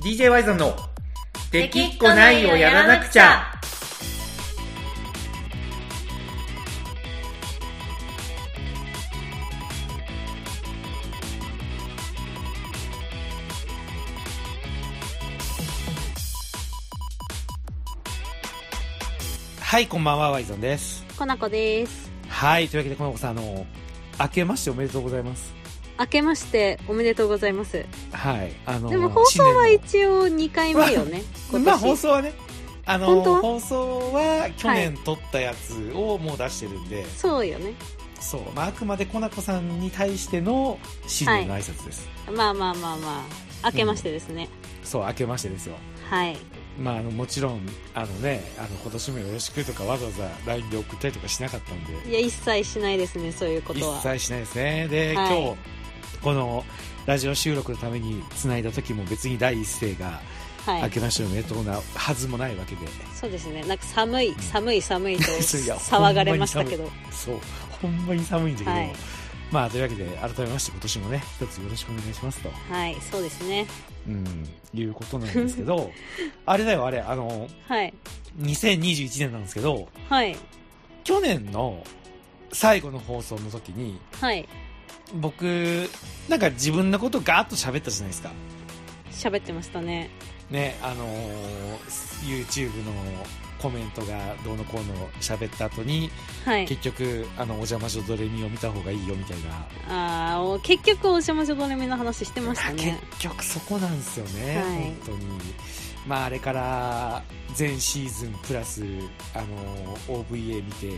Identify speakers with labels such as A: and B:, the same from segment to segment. A: DJ ワイゾンの「できっこないをやらなくちゃ」はいこんばんはワイゾンです
B: こなこです
A: はいというわけでこの子さんあの明けましておめでとうございます
B: 明けましておめでとうございます
A: はいあの
B: でも放送は
A: 新年の
B: 一応2回目よね今年、
A: まあ放送はねあの
B: 本当は
A: 放送は去年撮ったやつをもう出してるんで、
B: そうよね
A: そう、まあ、あくまでコナコさんに対しての新年の挨拶です、
B: まあまあまあまあ明けましてですね、
A: そう明けましてですよ
B: はい
A: まああのもちろんあのねあの今年もよろしくとかわざわざ LINE で送ったりとかしなかったんで
B: いや一切しないですねそういうこと
A: 一
B: は
A: 切しないですねで、
B: はい
A: 今日このラジオ収録のためにつないだ時も別に第一声が
B: は
A: 明
B: い
A: けましておめでとうなはずもないわけで、
B: そうですねなんか寒い寒い寒いと
A: そう いや
B: 騒がれましたけど
A: そうほんまに寒いんだけど、
B: はい
A: まあというわけで改めまして今年もね一つよろしくお願いしますと
B: はいそうですね
A: うん、いうことなんですけど、 あれだよ、あれ、あの、
B: はい
A: 2021年なんですけど、
B: はい
A: 去年の最後の放送の時に、
B: はい
A: 僕、なんか自分のことガーッと喋ったじゃないですか。
B: 喋ってましたね
A: ね、あのー YouTube のコメントがどうのこうの喋った後に、
B: はい
A: 結局、あの、お邪魔女ドレミを見た方がいいよみたいな。
B: ああ結局おしゃまじょどれみの話してましたね
A: 結局そこなんですよね、
B: はい
A: 本当に。まああれから全シーズンプラスあの OVA 見て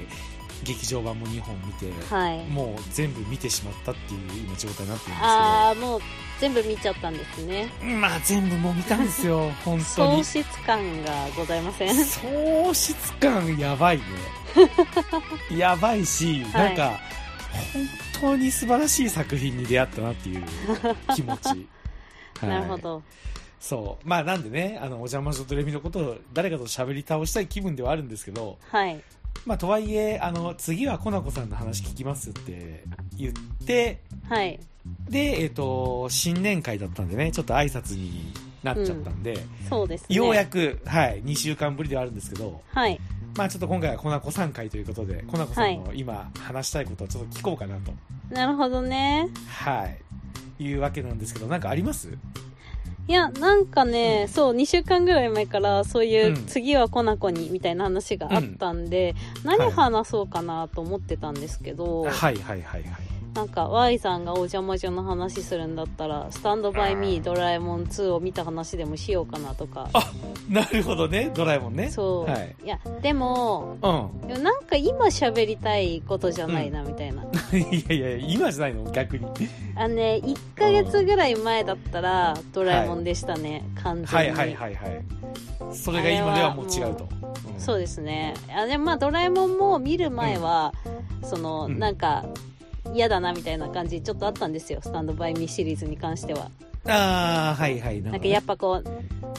A: 劇場版も2本見て、
B: はい
A: もう全部見てしまったっていう今状態になってるん
B: ああもう全部見ちゃったんですね
A: ですけどまあ全部もう見たんです よ本当
B: 喪
A: に
B: 失感がございません
A: 喪失感やばい ねやばいし、
B: はい
A: なんか本当に素晴らしい作品に出会ったなっていう気持 ち、はい
B: なるほど
A: そう。まあなんでね、あの、お邪魔女とレミのことを誰かと喋り倒したい気分ではあるんですけど、
B: はい
A: まあとはいえ、あの、次はコナコさんの話聞きますって言って、
B: はい
A: で、えっ、と、新年会だったんでね、ちょっと挨拶になっちゃったんで、
B: そうですね
A: ようやく、はい、2週間ぶりではあるんですけど、
B: はい
A: まあちょっと今回はコナコさん会ということで、コナコさんの今話したいことをちょっと聞こうかなと。
B: なるほどね
A: はい。いうわけなんですけど、なんかあります
B: いやなんかね、そう2週間ぐらい前からそうい
A: う
B: う、
A: ん
B: 次はコナコにみたいな話があったんで、
A: は
B: 何
A: い
B: 話そうかなと思ってたんですけど、
A: はいはいはいはい。
B: なんか Y さんがお邪魔女の話するんだったら「スタンドバイミードラえもん2」を見た話でもしようかなとか
A: なるほどね、ドラえもんね。
B: そう、
A: はい。
B: いやでも
A: うん。
B: でもなんか今喋りたいことじゃないなみたいな、
A: いやいや、今じゃないの、逆に。
B: あのね1ヶ月ぐらい前だったら「ドラえもん」でしたね、完全
A: は
B: に、
A: いはいはいはい。それが今ではもう違うと。うん
B: そうですねあでもまあ「ドラえもん」も見る前は、その
A: うん
B: なんか嫌だなみたいな感じちょっとあったんですよ「スタンドバイミー」シリーズに関しては
A: ああ、はいはい。な
B: な
A: るほど
B: んか
A: ね
B: やっぱこ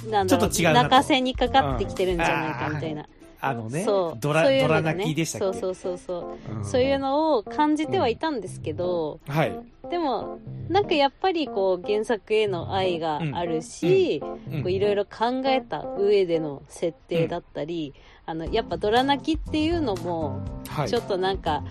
B: うなんだろう
A: ちょっと違うなと
B: 泣かせにかかってきてるんじゃないかみたいな、
A: あのね、
B: そう
A: ドラ、
B: そういう
A: ド
B: の
A: ラ
B: が
A: 泣きでしたっけ
B: そうそうそうそう、
A: ん
B: そういうのを感じてはいたんですけど、
A: はい。
B: でもなんかやっぱりこう原作への愛があるし、
A: うん
B: こういろいろ考えた上での設定だったり、あのやっぱドラ泣きっていうのも
A: はい
B: ちょっとなんか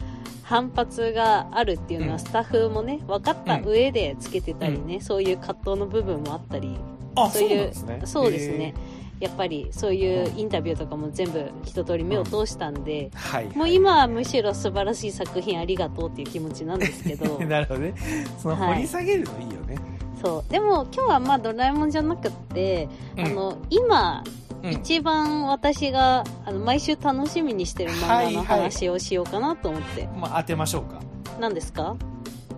B: 反発があるっていうの
A: うん
B: はスタッフもね分かった上でつけてたりね、そういう葛藤の部分もあったり
A: あ、
B: そ
A: そう
B: う
A: なん
B: いう
A: ですね。
B: そうですね
A: へー。
B: やっぱりそういうインタビューとかも全部一通り目を通したんで、
A: はい。
B: もう今はむしろ素晴らしい作品ありがとうっていう気持ちなんですけ ど
A: なるほどね。その掘り下げるのいいよね。
B: そうでも今日はまあドラえもんじゃなくって、あの今
A: うん、うん
B: 一番私があの毎週楽しみにしてる漫画の
A: はいはい
B: 話をしようかなと思って、
A: まあ、当てましょうか。
B: 何ですか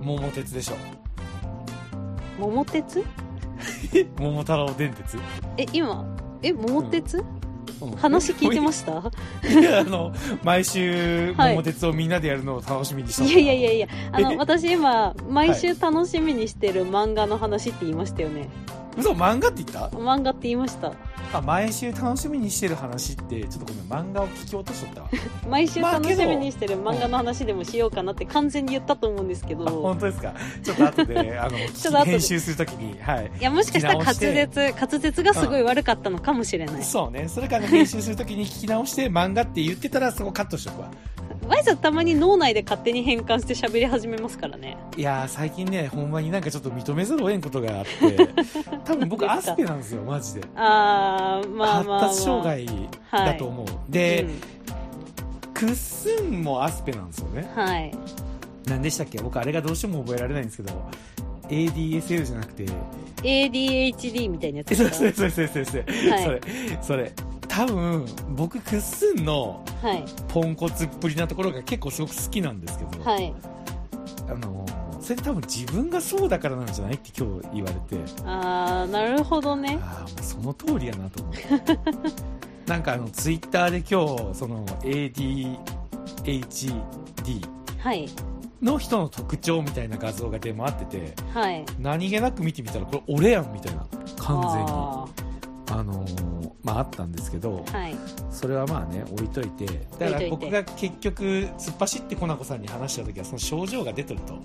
A: 桃鉄でしょ。
B: 桃鉄
A: 桃太郎電鉄。
B: え今え桃鉄、
A: うん
B: 話聞いてました
A: いやあの、毎週、
B: はい
A: 桃鉄をみんなでやるのを楽しみにした
B: いやいやいやいやあ
A: え
B: の私今毎週楽しみにしてる漫画の話って言いましたよね、
A: 嘘、漫画って言った
B: 漫画って言いました
A: あ毎週楽しみにしてる話ってちょっとごめん漫画を聞き落としとったわ
B: 毎週
A: まあ
B: 楽
A: けど
B: しみにしてる漫画の話でもしようかなって完全に言ったと思うんですけ
A: あ
B: ど
A: 本当ですかちょっと後 であの
B: ちょっと後で
A: 編集するときにはい
B: いやもしかしたら滑
A: 聞
B: 舌滑舌がすごい悪かったのかもしれない、
A: そうねそれから、ね、編集するときに聞き直して漫画って言ってたらそこカットしとくわ
B: ワイさんたまに脳内で勝手に変換して喋り始めますからね
A: いやー最近ねほんまになんかちょっと認めざるを得んことがあって 多分僕アスペなんですよマジで
B: あーまあまあ、まあ、
A: 発達障害だと思う、で、
B: う
A: クッスンもアスペなんですよね
B: ん、はい
A: 何でしたっけ僕あれがどうしても覚えられないんですけど ADSL じゃなくて
B: ADHD みたいなやつ
A: え
B: です
A: それ
B: か
A: それそれそれそれそれ、
B: はい
A: それそれ多分僕クッスンの
B: はい
A: ポンコツっぷりなところが結構すごく好きなんですけど、
B: はい
A: あのそれ多分自分がそうだからなんじゃないって今日言われて
B: あーなるほどね
A: ああもうその通りやなと思って なんかあのツイッターで今日その ADHD
B: はい
A: の人の特徴みたいな画像が出回ってて
B: はい
A: 何気なく見てみたらこれ俺やんみたいな完全にあ
B: あ
A: のーまああったんですけど
B: ーはい
A: それはまあね置いといてだか
B: 置
A: ら
B: いといて
A: 僕が結局突っ走ってコナコさんに話した時はその症状が出とると、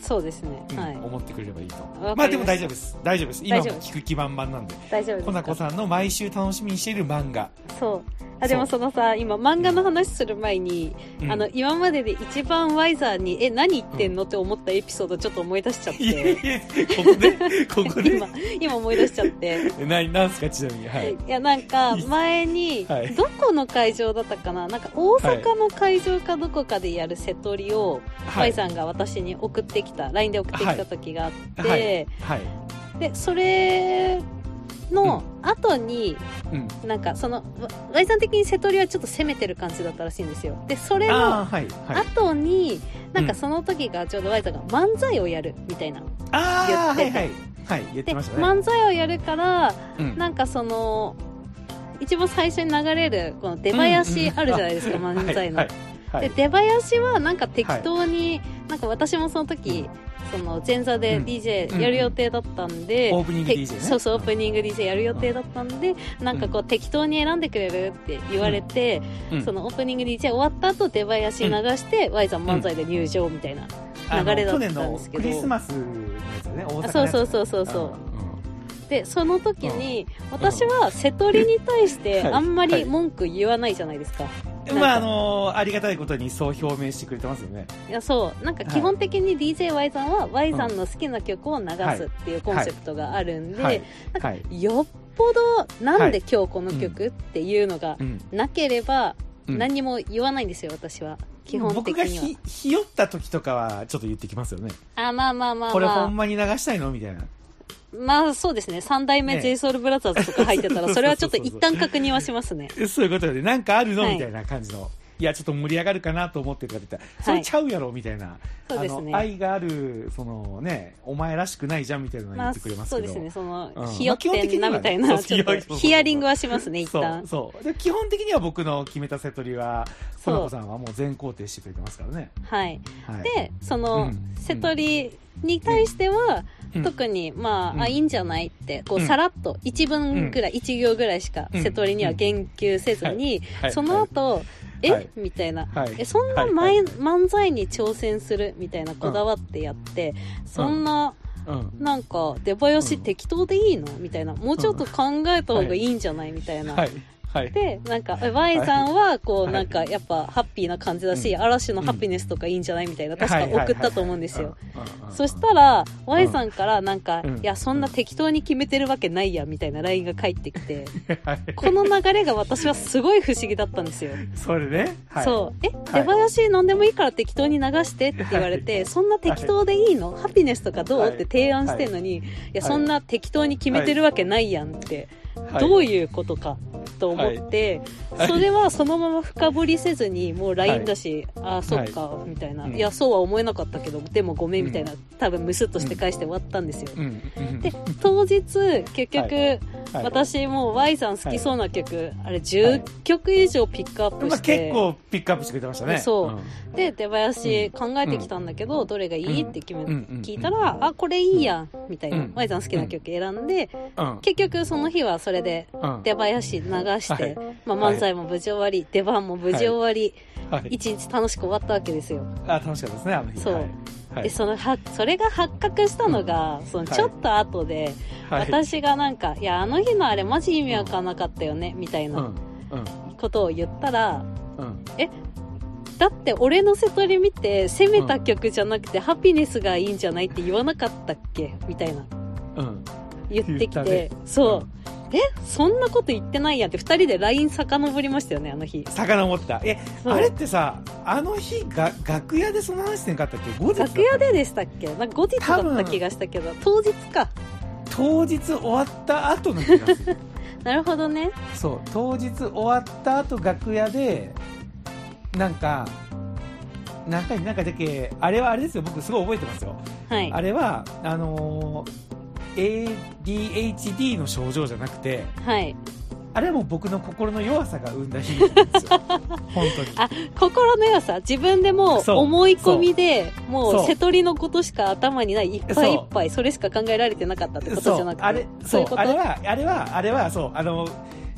B: そうですね、
A: うん
B: はい
A: 思ってくれればいいと
B: り
A: まあでも
B: ました
A: 大丈夫です大丈夫です今も
B: 大丈夫です
A: 聞く気満々なんで
B: 大丈夫です
A: コナコさんの毎週楽しみにしている漫画、
B: そうあでもそのさ今漫画の話する前に、
A: うん
B: あの今までで一番ワイザーに「え何言ってんの?」って思ったエピソードちょっと思い出しちゃっ
A: いやい
B: て
A: やここで ここで
B: 今今思い出しちゃって
A: 何なんすかちなみにはい
B: いやなんか前に
A: はい
B: どこの会場だったかななんか大阪の会場かどこかでやる瀬戸りを
A: は
B: ワ
A: い
B: イさんが私に送ってきた LINE で送ってきた時があって、
A: はいはい
B: でそれの後に
A: うん
B: なんかそのわワイさん的に瀬戸りはちょっと攻めてる感じだったらしいんですよでそれの
A: あーはいはい
B: 後になんか
A: うん
B: その時がちょうどワイさんが漫才をやるみたいな、
A: あーは
B: 言
A: い
B: ってた
A: はいはい言っ
B: で、
A: てましたね
B: 漫才をやるから
A: うん
B: なんかその一番最初に流れるこの出囃子あるじゃないですか、漫才の、
A: はいはいはい
B: で出囃子はなんか適当に、なんか私もその時その前座で
A: うん
B: DJ やる予定だったんで、
A: オープニング
B: て
A: DJ ね
B: そうそうオープニング DJ やる予定だったんで、なんかこう適当に選んでくれるって言われて、
A: うん
B: そのオープニング DJ 終わった後出囃子流して、Y さん漫才で入場みたいな、
A: あの
B: 流れだったんですけど
A: 去年のクリスマスのやつだね大阪の
B: あ
A: やつ
B: そうそうそうそうそう、でその時に、私は瀬戸りに対して
A: はい
B: あんまり文句言わないじゃないですか、
A: うんまああのーありがたいことにそう表明してくれてますよね
B: いやそうなんか
A: はい
B: 基本的に DJY さんは Y さんの好きな曲を流すっていうコンセプトがあるんで、
A: はいはい
B: よっぽどなんで今日この曲っていうのが
A: うん
B: なければ
A: うん
B: 何も言わないんですよ私は基本的
A: 僕が
B: には
A: ひひよった時とかはちょっと言ってきますよね
B: あまあまあまあ
A: これほ
B: まあ
A: んまに流したいのみたいな
B: まあそうですね三代目
A: ね
B: JSOULBROTHERS とか入ってたらそれはちょっと一旦確認はしますね
A: そういうことで、なんかあるの、
B: はい
A: みたいな感じの。いや、ちょっと盛り上がるかなと思ってるからって言ったら、そ
B: はい
A: れちゃうやろ、みたいな。
B: そうです
A: あ
B: ね
A: の、愛がある、そのね、お前らしくないじゃん、みたいなの言
B: まあ
A: ってくれます
B: そう
A: けど。
B: ですねその、
A: うん
B: ひよってんなみたい
A: まあ
B: な
A: 基本的に
B: ちょっ
A: はね
B: とヒアリングはしますね一
A: そう
B: 旦
A: そうで基本的には僕の決めたセトリはコ
B: そう
A: ナコさんはもう全肯定してくれてますからね、
B: はい
A: はい、
B: でそうの
A: ん
B: 瀬戸りに対しては、
A: うん
B: 特にまあ,、
A: うん
B: あいいんじゃないってこう、
A: うん
B: さらっと1文ぐらい、1行ぐらいしか
A: うん
B: 瀬戸りには言及せずに、
A: はい
B: その後、え、
A: はい
B: みたいな、
A: はい
B: えそんな、
A: はい
B: 前
A: はい
B: 漫才に挑戦するみたいなこだわってやって、そんな、
A: うん
B: なんか出囃子適当でいいのみたいなもうちょっと考えた方がいいんじゃない、みたいな。
A: はいはい
B: でなんか Y さんはこう
A: はい
B: なんかやっぱハッピーな感じだし、
A: うん
B: 嵐の「ハピネス」とかいいんじゃないみたいな確か送ったと思うんですよ、
A: はいはいはいはいうんうんうん
B: そしたら Y さんからなんか、
A: うん
B: いやそんな適当に決めてるわけないやみたいな LINE が返って きて
A: はい
B: この流れが私はすごい不思議だったんですよ、
A: それね、はい、
B: そう「え
A: い
B: 出囃子何でもいいから適当に流して」って言われて、そんな適当でいいの、ハピネスとかどう?」
A: はい
B: って提案してんのに、い、や
A: はい
B: そんな適当に決めてるわけないやんって、
A: はい
B: どういうことかと思って、
A: はい
B: それはそのまま深掘りせずにもう LINE だし、ああそっか、みたいな、
A: うん
B: いやそうは思えなかったけどでもごめん
A: うん
B: みたいな、多分ムスッとして返して終わったんですよ、
A: うんうん
B: で当日結局、
A: はい
B: 私もう Y さん好きそうな曲、あれ10曲以上ピックアップ
A: まあ、
B: して、
A: 結構ピックアップしてくれてましたね
B: そうんで出囃子考えてきたんだけど、どれがいいって決め、
A: うんうん
B: 聞いたら、あこれいいやんみたいな、
A: うん
B: Y さん好きな曲選んで、
A: うん
B: 結局その日はそれで
A: うん
B: 出囃子流して、
A: はい
B: まあ、漫才も無事終わり、出番も無事終わり、
A: はい、
B: 一日楽しく終わったわけですよ、
A: あ楽しかったですねあの日
B: そう
A: はいはい
B: でそのはそれが発覚したのが、その
A: はい
B: ちょっと後で、
A: はい
B: 私がなんか「いやあの日のあれマジ意味わかんなかったよね」みたい
A: うんう
B: なんことを言ったら「
A: うん
B: だって俺の瀬戸り見て攻めた曲じゃなくて、ハピネスがいいんじゃないって言わなかったっけみたいな
A: うん
B: 言って
A: 言っ
B: き
A: た
B: て、
A: ね
B: そう、
A: うん
B: えそんなこと言ってないやんって2人で LINE 遡りましたよねあの日
A: 遡ったえ
B: そう
A: あれってさあの日が楽屋でその話してんかったっけ後日だった
B: 楽屋ででしたっけなんか後日だ
A: 多
B: った
A: 分
B: 気がしたけど当日か
A: 当日終わった後の気がする
B: なるほどね
A: そう当日終わった後楽屋でなんか中になんかだっけあれはあれですよ僕すごい覚えてますよ
B: はい
A: あれはあのー ADHD の症状じゃなくて
B: はい
A: あれはもう僕の心の弱さが生んだ日なんです よ本当に
B: あ心の良さ自分でもう
A: そう
B: 思い込みでも
A: そうう
B: 瀬戸りのことしか頭にないいっぱいいっぱいそれしか考えられてなかったってこと
A: そ
B: じゃ
A: う
B: なくて
A: あれそう
B: いうこと
A: あれはあれはあれはそうあの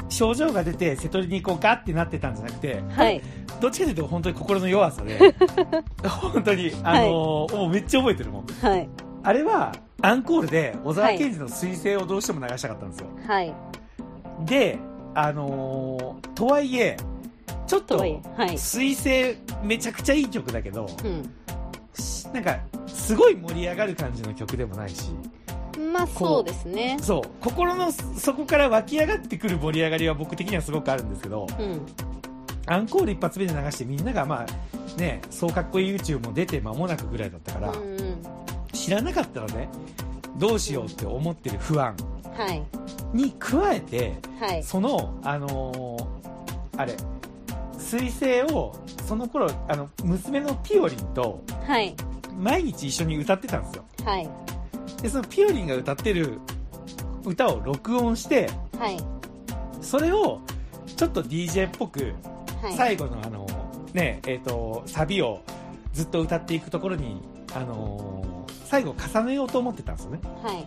A: 症状が出て瀬戸りにこうガってなってたんじゃなくて、
B: はい
A: どっちかというと本当に心の弱さで 本当にあのーもうめっちゃ覚えてるもん
B: はい
A: あれはアンコールで小沢健二の「彗星」をどうしても流したかったんですよ、
B: はい
A: であのーとはいえちょっ
B: と
A: と
B: はいえはい
A: 彗星めちゃくちゃいい曲だけど、
B: う
A: しなんかすごい盛り上がる感じの曲でもないし
B: んまあそうですね
A: そう心の底から湧き上がってくる盛り上がりは僕的にはすごくあるんですけど
B: うん
A: アンコール一発目で流してみんながまあねそうかっこいい YouTube も出て間もなくぐらいだったから、
B: うんうん
A: 知らなかったらねどうしようって思ってる不安
B: はい
A: に加えて
B: はい
A: そのあのーあれ彗星をその頃あの娘のピオリンと
B: はい
A: 毎日一緒に歌ってたんですよ
B: はい
A: でそのピオリンが歌ってる歌を録音して
B: はい
A: それをちょっと DJ っぽく
B: はい
A: 最後のあのねえっ、とサビをずっと歌っていくところにあのー最後重ねようと思ってたんですよね
B: はい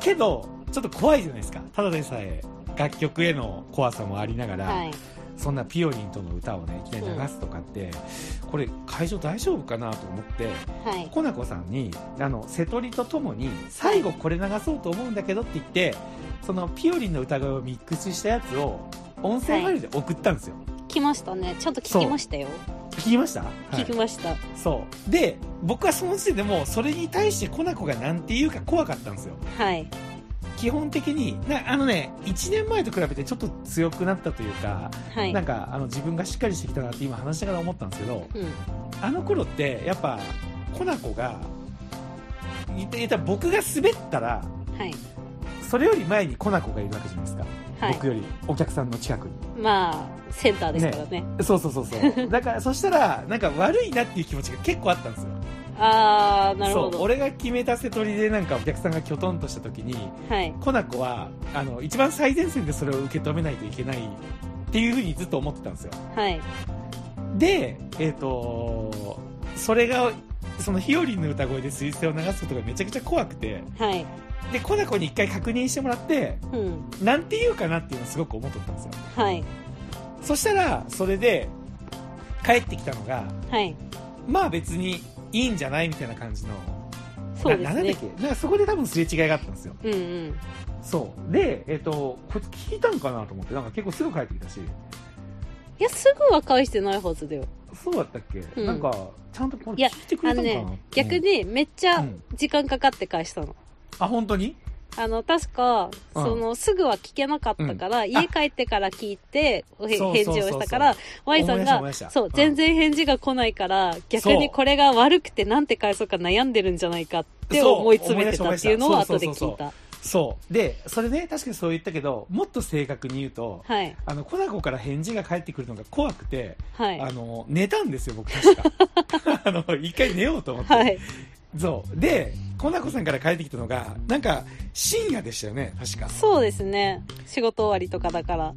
A: けどちょっと怖いじゃないですかただでさえ楽曲への怖さもありながら、
B: はい
A: そんなピオリンとの歌をねいきなり流すとかって、これ会場大丈夫かなと思って
B: はい
A: コナコさんにあの瀬戸りとともに最後これ流そうと思うんだけどって言ってそのピオリンの歌声をミックスしたやつを音声ファイルで送ったんですよ、
B: 来ましたねちゃんと聞きましたよ
A: 聞きました、
B: 聞き
A: はい
B: ました
A: そうで僕はその時点でもうそれに対してコナコがなんて言うか怖かったんですよ
B: はい
A: 基本的になあのね1年前と比べてちょっと強くなったというか、
B: はい
A: なんかあの自分がしっかりしてきたなって今話しながら思ったんですけど
B: うん
A: あの頃ってやっぱコナコが言って言ったら僕が滑ったら
B: はい
A: それより前にコナコがいるわけじゃないですか、
B: はい
A: 僕よりお客さんの近くに
B: まあセンターですからね
A: そうそうそうそう だからそしたらなんか悪いなっていう気持ちが結構あったんですよ
B: ああなるほ
A: そう
B: ど
A: 俺が決めた瀬取りでなんかお客さんがきょとんとした時に
B: はい
A: コナコはあの一番最前線でそれを受け止めないといけないっていうふうにずっと思ってたんですよ
B: はい
A: でえっ、とそれがそのヒオリンの歌声で彗星を流すことがめちゃくちゃ怖くて
B: はい
A: でコナコに一回確認してもらって
B: うん
A: なんて言うかなっていうのをすごく思っとったんですよ
B: はい
A: そしたらそれで帰ってきたのが
B: はい
A: まあ別にいいんじゃないみたいな感じの
B: そうで
A: な
B: す
A: なんだ
B: ね
A: っけなんかそこで多分すれ違いがあったんですよ
B: うんうん
A: そうで、えっとこれ聞いたのかなと思ってなんか結構すぐ帰ってきたし
B: いやすぐは返してないはずだよ
A: そうだったっけ、
B: ん
A: なんかちゃんとこ
B: い
A: れ
B: や
A: 聞いてく
B: あ
A: れ
B: の
A: たのかな
B: ね逆
A: うん
B: にめっち
A: う
B: ゃ
A: ん
B: 時間かかって返したの
A: あ本当に
B: あの確か
A: うん
B: そのすぐは聞けなかったから家帰ってから聞いておへ
A: そう
B: 返
A: そう
B: 事
A: そう
B: を
A: そう
B: したから Y さん
A: 思い出
B: が
A: した思い出した
B: そううん全然返事が来ないから逆にこれが悪くてなんて返そうか悩んでるんじゃないかって
A: そう
B: 思い詰めてたっていうのを
A: 思
B: 後
A: い出
B: で
A: した思い出した
B: 聞いた
A: そう。で、それね、確かにそう言ったけど、もっと正確に言うと、
B: はい。
A: あの、コナコから返事が返ってくるのが怖くて、
B: はい。
A: あの、寝たんですよ、僕確か。 あの、一回寝ようと思って。
B: はい。
A: そう。で、コナコさんから帰ってきたのが、なんか、深夜でしたよね、確か。
B: そうですね。仕事終わりとかだから。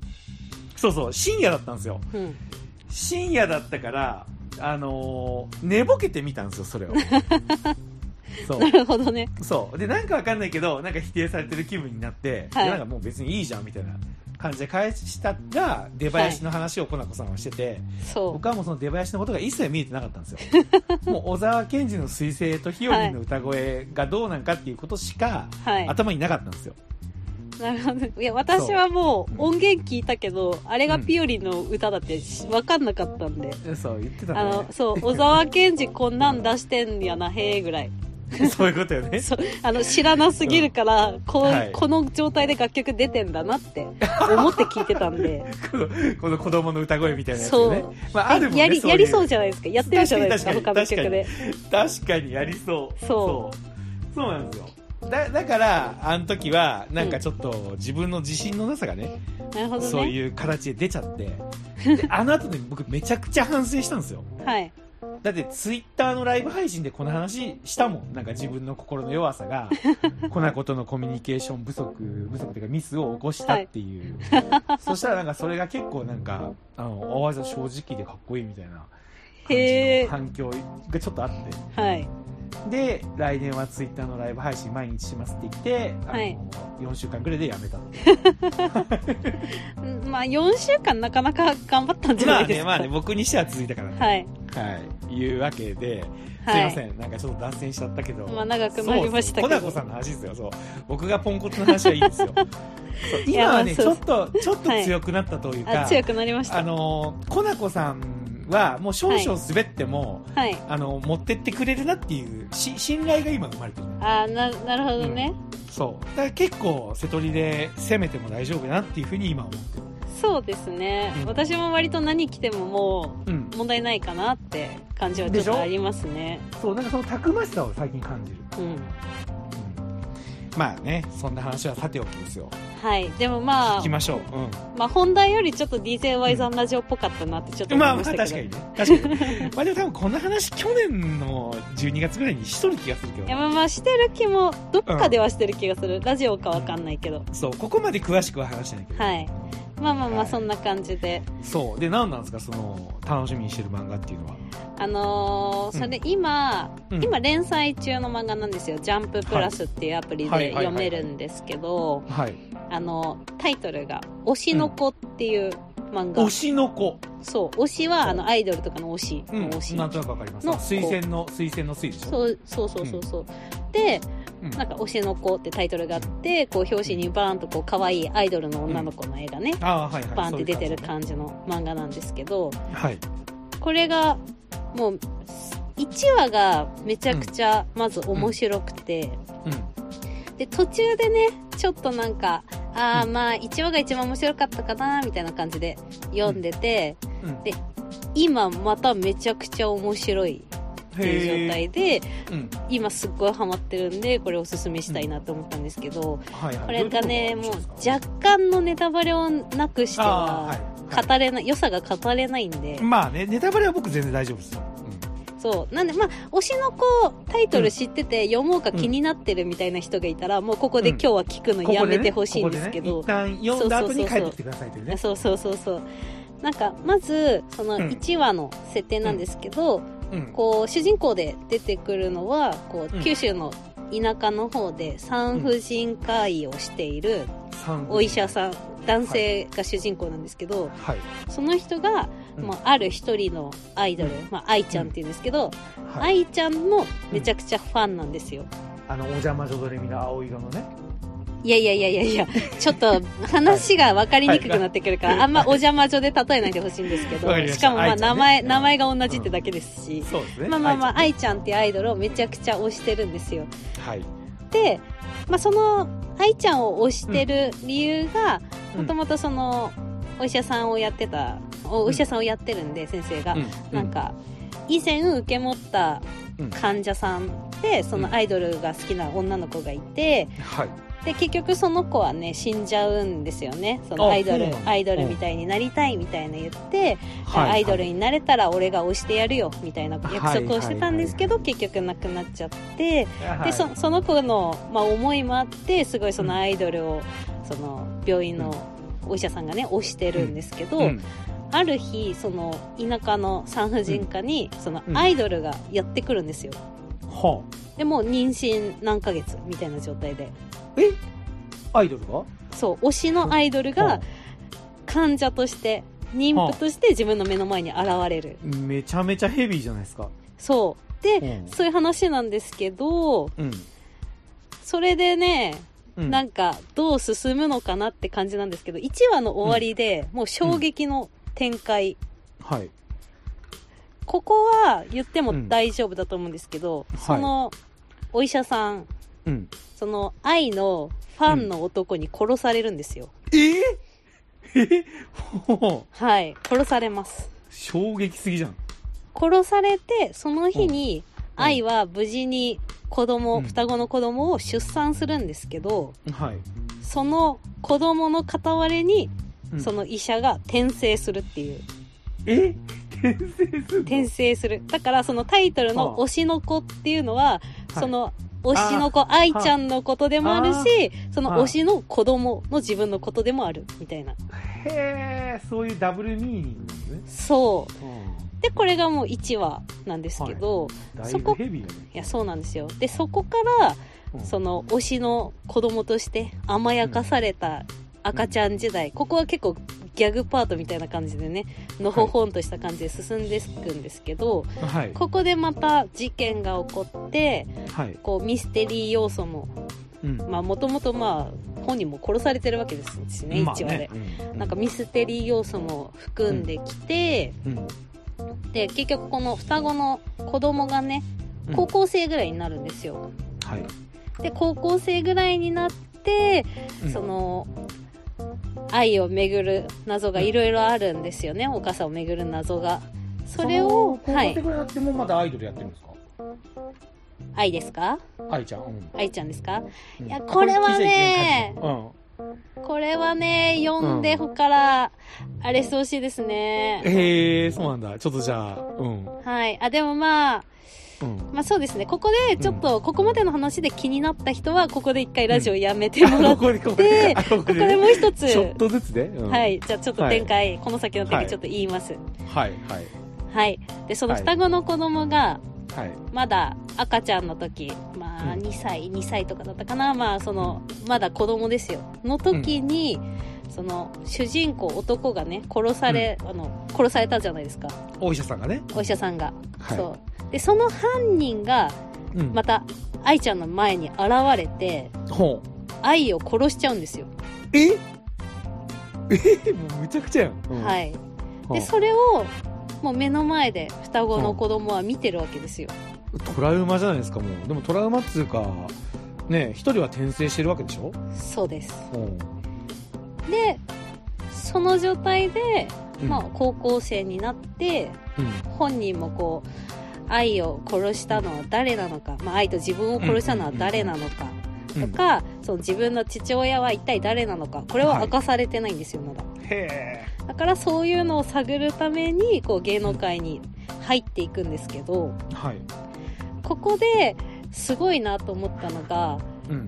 A: そうそう、深夜だったんですよ。
B: うん。
A: 深夜だったから、あのー寝ぼけてみたんですよ、それ を。そ
B: な
A: う。
B: るほどね。
A: そう。で、なんかわかんないけど、なんか否定されてる気分になって、
B: はい
A: でなんかもう別にいいじゃん、みたいな感じで返したら、出囃子の話をコナコさんはしてて、
B: そう。
A: 僕はもうその出囃子のことが一切見えてなかったん ですよ。もう小沢健二の彗星とひよりんの歌声がどうなんかっていうことしか、
B: はい。
A: 頭になかったんですよ。
B: なるほど。いや、私はもう音源聞いたけど、あれがピオリンの歌だってしわかんなかったんで。
A: そう、言ってた
B: あ
A: の
B: の、そう、小沢健二こんなん出してんやな、へえぐらい。
A: ね。 そういうことよね。
B: そう、あの、知らなすぎるから、こう、
A: はい
B: この状態で楽曲出てんだなって思って聞いてたんで。
A: このこの子供の歌声みたいなやつよね
B: そう。
A: ま あ、あるもんね。
B: やり、
A: そういう
B: やりそうじゃないですか。やってるじゃないですか、
A: 確
B: 他
A: かに
B: の
A: 確かに
B: 曲で。
A: 確かにやりそう。。
B: そ
A: そう
B: う
A: そうなんですよ。だだから、あの時は、なんかちょっと自分の自信のなさがね、
B: なるほど
A: そう
B: ね。
A: いう形で出ちゃって、であの後で僕めちゃくちゃ反省したんですよ。
B: はい。
A: だってツイッターのライブ配信でこの話したもん。なんか自分の心の弱さ が、こんなことのコミュニケーション不足、不足というかミスを起こしたっていう。 そしたらなんかそれが結構なんか、あの、あわざ正直でかっこいいみたいな感じ
B: へー
A: の反響がちょっとあって。
B: はい。
A: で、来年はツイッターのライブ配信毎日しますって言って、あの
B: はい
A: 4週間くらいでや めたっていう。
B: んまあ、4週間なかなか頑張ったんじゃ
A: ま
B: な
A: あ
B: いです
A: ね、
B: か。
A: まあね、僕にしては続いたからね。
B: はい。
A: はい。いうわけで、すい
B: は
A: ま
B: い。
A: せん、なんかちょっと脱線しちゃったけど。
B: まあ長くなりましたけ
A: そうそう
B: ど
A: コナコさんの話ですよ、そう。僕がポンコツの話はいいです よ。そう今はね、
B: いやまあ
A: ち
B: そ
A: ょ
B: う
A: っと、ちょっと強くなったというか、
B: あ、強くなりまし
A: あ
B: た。
A: のー、コナコさんはもう少々滑っても、
B: はい。
A: あの、持ってってくれるなっていう、し信頼が今生まれてる。
B: あーな、なるほどね。
A: そう。だから結構、瀬戸りで攻めても大丈夫だなっていうふうに今思ってる。
B: そうですね
A: う。ん
B: 私も割と何着てももう、
A: うん。
B: 問題ないかなって感じはちょ
A: で
B: っ
A: しょ
B: とありますね。
A: そう、なんかそのたくましさを最近感じる。
B: うん。
A: うんまあね、そんな話はさておきですよ。
B: はい。でもまあ
A: 聞き、ましょう。うん。
B: まあ本題よりちょっと DJY さんラジオっぽかったなってちょっと思
A: まあ
B: い
A: ま
B: ま
A: あ
B: し
A: 確
B: た
A: か
B: けど。
A: にね。確かに。まあでも多分こんな話去年の12月ぐらいにしとる気がするけ
B: いや
A: ど。
B: まあまあしてる気も、どっかではしてる気がする。ラジオかわかんないけど。
A: そう、ここまで詳しくは話してないけど。
B: はい。まあまあま
A: は
B: あ
A: い
B: そんな感じで。
A: そう。で、何なんですかその、楽しみにしてる漫画っていうのは。
B: あのー、それ今、
A: うん
B: 今連載中の漫画なんですよ。ジャンププラスっていうアプリ
A: はい
B: で
A: はいはい
B: 読
A: はい
B: めるんですけど、
A: はい。
B: あの、タイトルが、推しの子っていう漫画。
A: 推しの子。
B: そう、推しはあのアイドルとかの推し
A: うん
B: の推し。。
A: なんとなくわかります。
B: の
A: 推薦の、推薦の推でしょ
B: そうそうそうそうそう。で、
A: うん
B: なんか、推しの子ってタイトルがあって、こう、表紙にバーンとこう、可愛いアイドルの女の子の絵がね、
A: ああ、はいはい。
B: バーンって出てる
A: そういう
B: 感じの漫画なんですけど、
A: 感じ。はい。
B: これが、もう、1話がめちゃくちゃ、まず面白くて、
A: うん。
B: で、途中でね、ちょっとなんか、ああ、まあ、1話が一番面白かったかな、みたいな感じで読んでて、
A: うん。
B: 今まためちゃくちゃ面白いっていう状
A: へえ。
B: 態で、
A: うん。
B: 今すっごいハマってるんでこれおすすめしたいなと思ったんですけど、
A: はいはい。
B: これがね
A: ど
B: もう
A: いとこが面白いですか
B: 若干のネタバレをなくして
A: ああ、はい
B: は
A: は
B: 語れない、良さが語れないんで
A: い。、まあね、ネタバレは僕全然大丈夫ですよ。
B: そうなんでまあ推しの子タイトル知ってて読もうか気になってるみたいな人がいたら、もうここで今日は聞く
A: うん
B: の
A: こ
B: や
A: こでね
B: めてほしいんですけど、
A: ここでね一旦読んだ後に帰ってきてくださいというね。
B: そうそうそうそうなんかまずその
A: うん
B: 1話の設定なんですけど、
A: うん
B: こう主人公で出てくるのはこう
A: うん
B: 九州の田舎の方で産婦人科医をしている
A: 産後
B: お医者さん男性が主人公なんですけど、
A: はい
B: その人が、
A: うん
B: まあ、ある一人のアイドル、まあ、愛ちゃんっていうんですけど、
A: はい
B: 愛ちゃんのめちゃくちゃファンなんですよ、
A: あのお邪魔女ドレミの青色のね
B: いやいやいやいや いやちょっと話が分かりにくくなってくるから、あんまお邪魔女で例えないでほしいんですけど
A: わかりま
B: し
A: した
B: かもまあ
A: 愛ちゃ
B: 名
A: んね
B: 前名前が同じってだけですし、
A: そうですね
B: まあまあまあ、
A: 愛
B: 愛ちゃんっていうアイドルをめちゃくちゃ推してるんですよ。
A: ちゃんはい
B: で、まあ、その愛ちゃんを推してる理由が
A: うん
B: もともとそのお医者さんをやってたお
A: うん
B: お医者さんをやってるんで先生が、
A: う
B: なんか以前受け持った
A: うん
B: 患者さんでそのアイドルが好きな女の子がいて
A: はい
B: で結局その子はね死んじゃうんですよねその
A: あ
B: アイド
A: そう
B: ル
A: なんだ
B: アイドルみたいになりたいみたいな言って、
A: はい
B: アイドルになれたら俺が押してやるよみたいな約束をしてたんですけど、結局なくなっちゃって、
A: はい
B: でそその子の、まあ、思いもあってすごいそのアイドルをその病院のお医者さんがね推してるんですけど、
A: うん
B: ある日その田舎の産婦人科にその
A: うん
B: アイドルがやってくるんですよ。
A: は
B: でもう妊娠何ヶ月みたいな状態で
A: あえアイドルが
B: そう推しのアイドル
A: は
B: が患者として妊婦として自分の目の前に現れる
A: あめちゃめちゃヘビーじゃないですか
B: そうで、
A: うん
B: そういう話なんですけど
A: うん、
B: それでね
A: うん、
B: なんかどう進むのかなって感じなんですけど1話の終わりでもう衝撃の展開、
A: はい
B: ここは言っても大丈夫だと思うんですけど、
A: うんはい
B: そのお医者さん
A: うん
B: その愛のファンの男に殺されるんですよ、
A: えー、えほう
B: はい殺されます
A: 衝撃すぎじゃん
B: 殺されてその日に
A: うん
B: 愛は無事に子供、
A: うん
B: 双子の子供を出産するんですけど
A: はい、
B: その子供の片割れに
A: うん
B: その医者が転生するっていう
A: え転生する
B: 転生するだからそのタイトルの「
A: ああ
B: 推しの子」っていうのはその推
A: あ
B: しの子愛ちゃんのことでもあるしその
A: ああ
B: 推しの子供の自分のことでもあるみたいな
A: へえそういうダブルミーニングですね、
B: そう
A: う
B: でこれがもう1話なんですけど、
A: ん、だい
B: そ
A: ぶ
B: こ
A: ヘビーだね
B: いやそうなんですよでそこから
A: うん
B: その推しの子供として甘やかされた赤ちゃん時代、ここは結構ギャグパートみたいな感じでねのほほんとした感じで進んでいくんですけど、
A: はい
B: ここでまた事件が起こって
A: はい、
B: こうミステリー要素も
A: うん
B: まあもともとまあ本人も殺されてるわけですしね、
A: まあ
B: 1話で。
A: うん
B: なんかミステリー要素も含んできて、
A: うん
B: で結局この双子の子供がね
A: うん
B: 高校生ぐらいになるんですよ、
A: はい、
B: で高校生ぐらいになって、
A: うん
B: その愛をめぐる謎がいろいろあるんですよね、お母さんをめぐる謎がそれを
A: その
B: は
A: 高校生
B: い
A: ぐらいやってもまだアイドルやってるんですか、
B: 愛ですか
A: 愛ちゃん、うん
B: 愛ちゃんですか
A: うん
B: いやこれは
A: これ聞い
B: ね
A: ちゃいけない感じ
B: これはね読んでほから、あれしてほしいですね
A: うん、へえそうなんだちょっとじゃあうん
B: はいあでもまあ
A: うん
B: まあそうですねここでちょっとここまでの話で気になった人はここで一回ラジオやめてもらっ
A: こ
B: て、こ
A: こでここであこ
B: こでもう一つ
A: ちょっとずつで、うん
B: はいじゃあちょっと展開、この先の展
A: は
B: 開
A: い
B: ちょっと言います、
A: はいはい
B: はい、でその
A: はい
B: 双子の子供が
A: はい
B: まだ赤ちゃんの時、まあ、
A: うん
B: 2歳2歳とかだったかな、まあ、そのまだ子供ですよの時に、その主人公男がね殺され、あの殺されたじゃないですか
A: お医者さんがね、
B: お医者さんが、
A: はい、
B: そうでその犯人が
A: うん
B: また愛ちゃんの前に現れて
A: ほう
B: 愛を殺しちゃうんですよ、
A: ええもうむちゃくちゃやん、うん
B: はい
A: ほう
B: でそれをもう目の前で双子の子供は見てるわけですよ、
A: トラウマじゃないですかもうでもトラウマっつうかね一人は転生してるわけでしょ、
B: そうです
A: うん
B: でその状態で、
A: うん
B: まあ、高校生になって
A: うん
B: 本人もこう愛を殺したのは誰なのか、まあ、愛と自分を殺したのは誰なのか
A: う
B: と
A: ん、
B: か、その自分の父親は一体誰なのかこれは
A: はい
B: 明かされてないんですよまだ
A: へ
B: だからそういうのを探るためにこう芸能界に入っていくんですけど
A: えはい、
B: ここですごいなと思ったのが
A: うん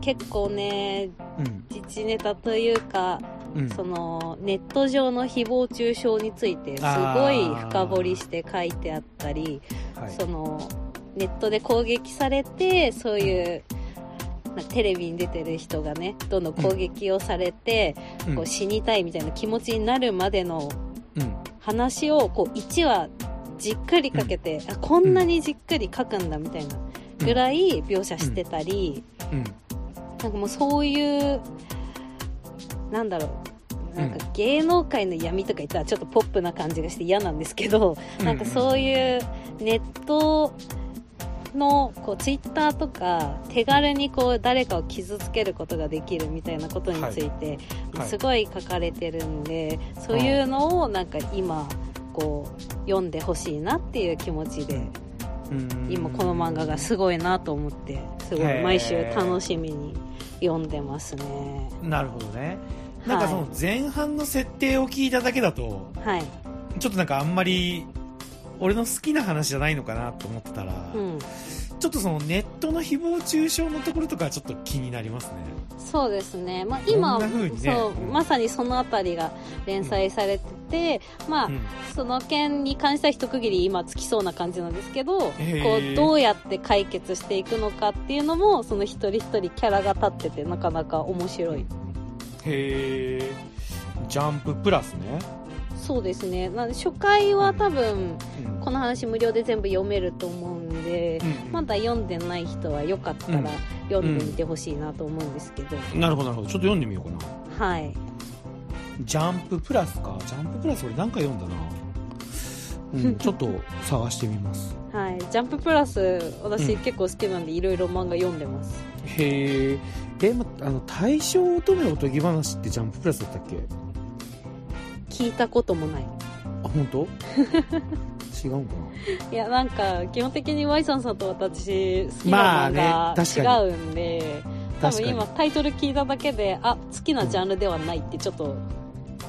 B: 結構ね
A: うん
B: 自ネタというか
A: うん、
B: そのネット上の誹謗中傷についてすごい深掘りして書いてあったり、
A: はい
B: そのネットで攻撃されてそういう、まあテレビに出てる人がねどんどん攻撃をされて、
A: うん
B: こう死にたいみたいな気持ちになるまでの
A: うん
B: 話をこう1話じっくりかけて、あこんなにじっくり書くんだみたいなぐらい描写してたり。
A: うん
B: なんかもうそういう、なんだろう、なんか芸能界の闇とか言ったらちょっとポップな感じがして嫌なんですけど、なんかそういうネットのこうツイッターとか手軽にこう誰かを傷つけることができるみたいなことについて
A: いはい
B: すごい書かれてるんで、そういうのをなんか今こう読んでほしいなっていう気持ちで
A: うんうん
B: 今この漫画がすごいなと思ってすご
A: へ
B: い
A: ー
B: 毎週楽しみに読んでますね
A: なるほどねなんかその前半の設定を聞いただけだと
B: はい、
A: ちょっとなんかあんまり俺の好きな話じゃないのかなと思ってたら、
B: うん、
A: ちょっとそのネットの誹謗中傷のところとかちょっと気になりますね
B: そうですね、まあ、今
A: こんな風にね
B: そう
A: うん
B: まさにそのあたりが連載されてて、まあ、
A: うん
B: その件に関しては一区切り今つきそうな感じなんですけど、
A: へー
B: こうどうやって解決していくのかっていうのもその一人一人キャラが立っててなかなか面白い
A: へえジャンププラスね、
B: そうですねなんで初回は多分
A: うん
B: この話無料で全部読めると思うんで、
A: うん
B: まだ読んでない人はよかった
A: うん
B: ら読んでみてほしいなと思うんですけど、
A: なるほどなるほどちょっと読んでみようかな
B: はい
A: ジャンププラスかジャンププラス俺何か読んだな うん、ちょっと探してみます
B: はい、ジャンププラス私
A: うん
B: 結構好きなんでいろいろ漫画読んでます、
A: へええ、ま、あの大正乙女おとぎ話ってジャンププラスだったっけ
B: 聞いたこともない
A: あ本 当違うんかない
B: やなんか基本的に Y さんさんと私好き
A: ま
B: な
A: あ
B: 漫
A: ね確
B: 画
A: か
B: 違うんで、多
A: 確
B: 分
A: かに
B: 今タイトル聞いただけであ好きなジャンルではないってちょっと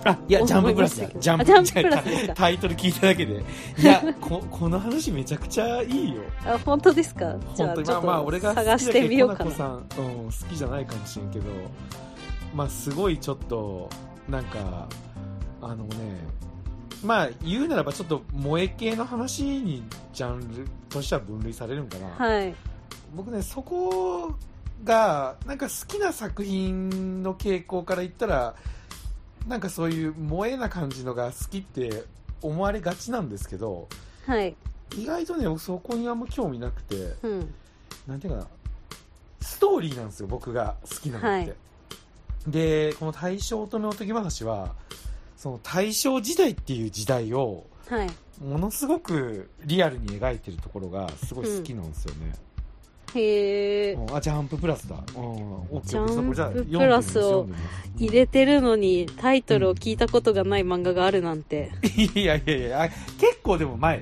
A: あいやジャンププラスだ
B: 思いましたけど
A: ジャンプ
B: あジャンププラスですか
A: タイトル聞いただけでいやこ この話めちゃくちゃいいよ
B: あ本当ですかじゃ
A: 本
B: あ
A: 当
B: ちょ
A: に
B: っ
A: まあまあ俺
B: と
A: が
B: 探
A: 好き
B: し
A: だ
B: て
A: け
B: み
A: ど
B: よ
A: コナ
B: うか
A: コ
B: な
A: さん、うん、好きじゃないかもしれんけどまあすごいちょっとなんかあのねまあ言うならばちょっと萌え系の話にジャンルとしては分類されるんかな、
B: はい
A: 僕ねそこがなんか好きな作品の傾向から言ったらなんかそういう萌えな感じのが好きって思われがちなんですけど
B: はい
A: 意外とね僕そこにあんま興味なくて
B: うん
A: なんていうかなストーリーなんですよ僕が好きなのって、
B: はい
A: でこの大正乙女おとぎ話はその大正時代っていう時代を
B: はい
A: ものすごくリアルに描いてるところがすごい好きなんですよね、
B: へえ
A: うんあジャンププラスだ、うん、オッケーオッケー
B: ジャンプ
A: じゃあ読んでみます
B: プラスを
A: 読んでみます
B: 入れてるのにタイトルを聞いたことがない漫画があるな んて
A: いやいやいやあ結構でも前よ、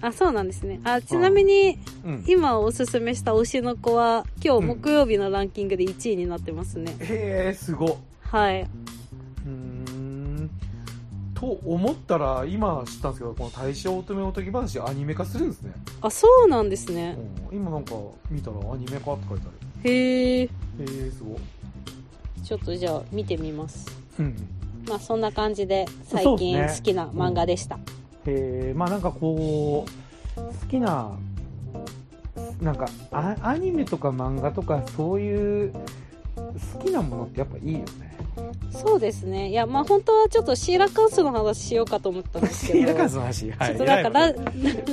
B: あそうなんですねあちなみに
A: うん、へ
B: 今おすすめした推しの子は今日木曜日のランキングで1位になってますね、
A: えすごっ
B: はい、
A: うーんと思ったら今知ったんですけどこの大正乙女おとぎ話アニメ化するんですね
B: あそうなんですね
A: うん今なんか見たらアニメ化って書いて
B: へえ
A: あるへえすごい
B: ちょっとじゃあ見てみます
A: うん
B: まあそんな感じで最
A: そう
B: 近
A: ですね
B: 好きな漫画でした、
A: へえまあなんかこう好きななんかアアニメとか漫画とかそういう好きなものってやっぱいいよね
B: そうですねいやまあ本当はちょっとシーラカンスの話しようかと思ったんですけど
A: シーラカンスの話は
B: ちょ
A: い
B: っとなんか
A: 偉
B: ラ
A: いこ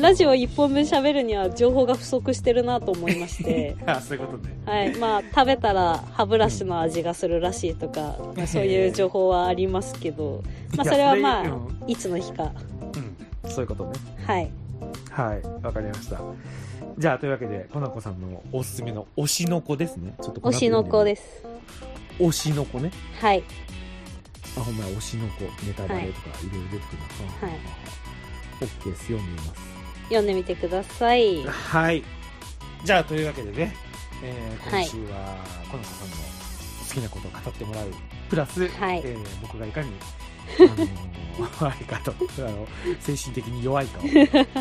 B: ラ ジオ一本分喋るには情報が不足してるなと思いまし
A: と
B: て
A: あそういうことね
B: はいまあ食べたら歯ブラシの味がするらしいとか、まあ、そういう情報はありますけど、まあ、それはま
A: いや
B: あいつの日
A: それ
B: か
A: うんうんそういうことね
B: はい
A: はいわかりましたじゃあというわけでコナコさんのおすすめの推しの子ですねちょっと
B: 推しの子ですす
A: 推しの子ね
B: はい
A: あほんまや推しの子ネタバレとかいろいろ出てくるのか
B: はい
A: オッケーです読んでみます
B: 読んでみてください
A: はいじゃあというわけでね、えー
B: は
A: 今
B: い
A: 週はこの子さんの好きなことを語ってもらうプラス、
B: はい
A: えー僕がい かにあのー弱いかとあの精神的に弱い かを、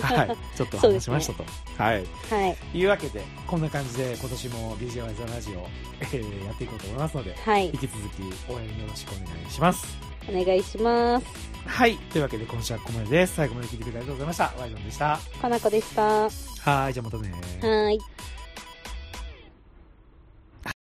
A: はい、ちょっと
B: そう
A: 話
B: です
A: し
B: ね
A: ましたと、はい
B: はい
A: いうわけでこんな感じで今年も b j y ザラジオ、えーやっていこうと思いますので
B: はい
A: 引き続き応援よろしくお願いします
B: お願いします
A: はい。というわけで今週はここまでです。最後まで聞いてくれてありがとうございました。ワイドンでした。
B: かなこでしたは
A: はい。じゃあまたね。
B: ーい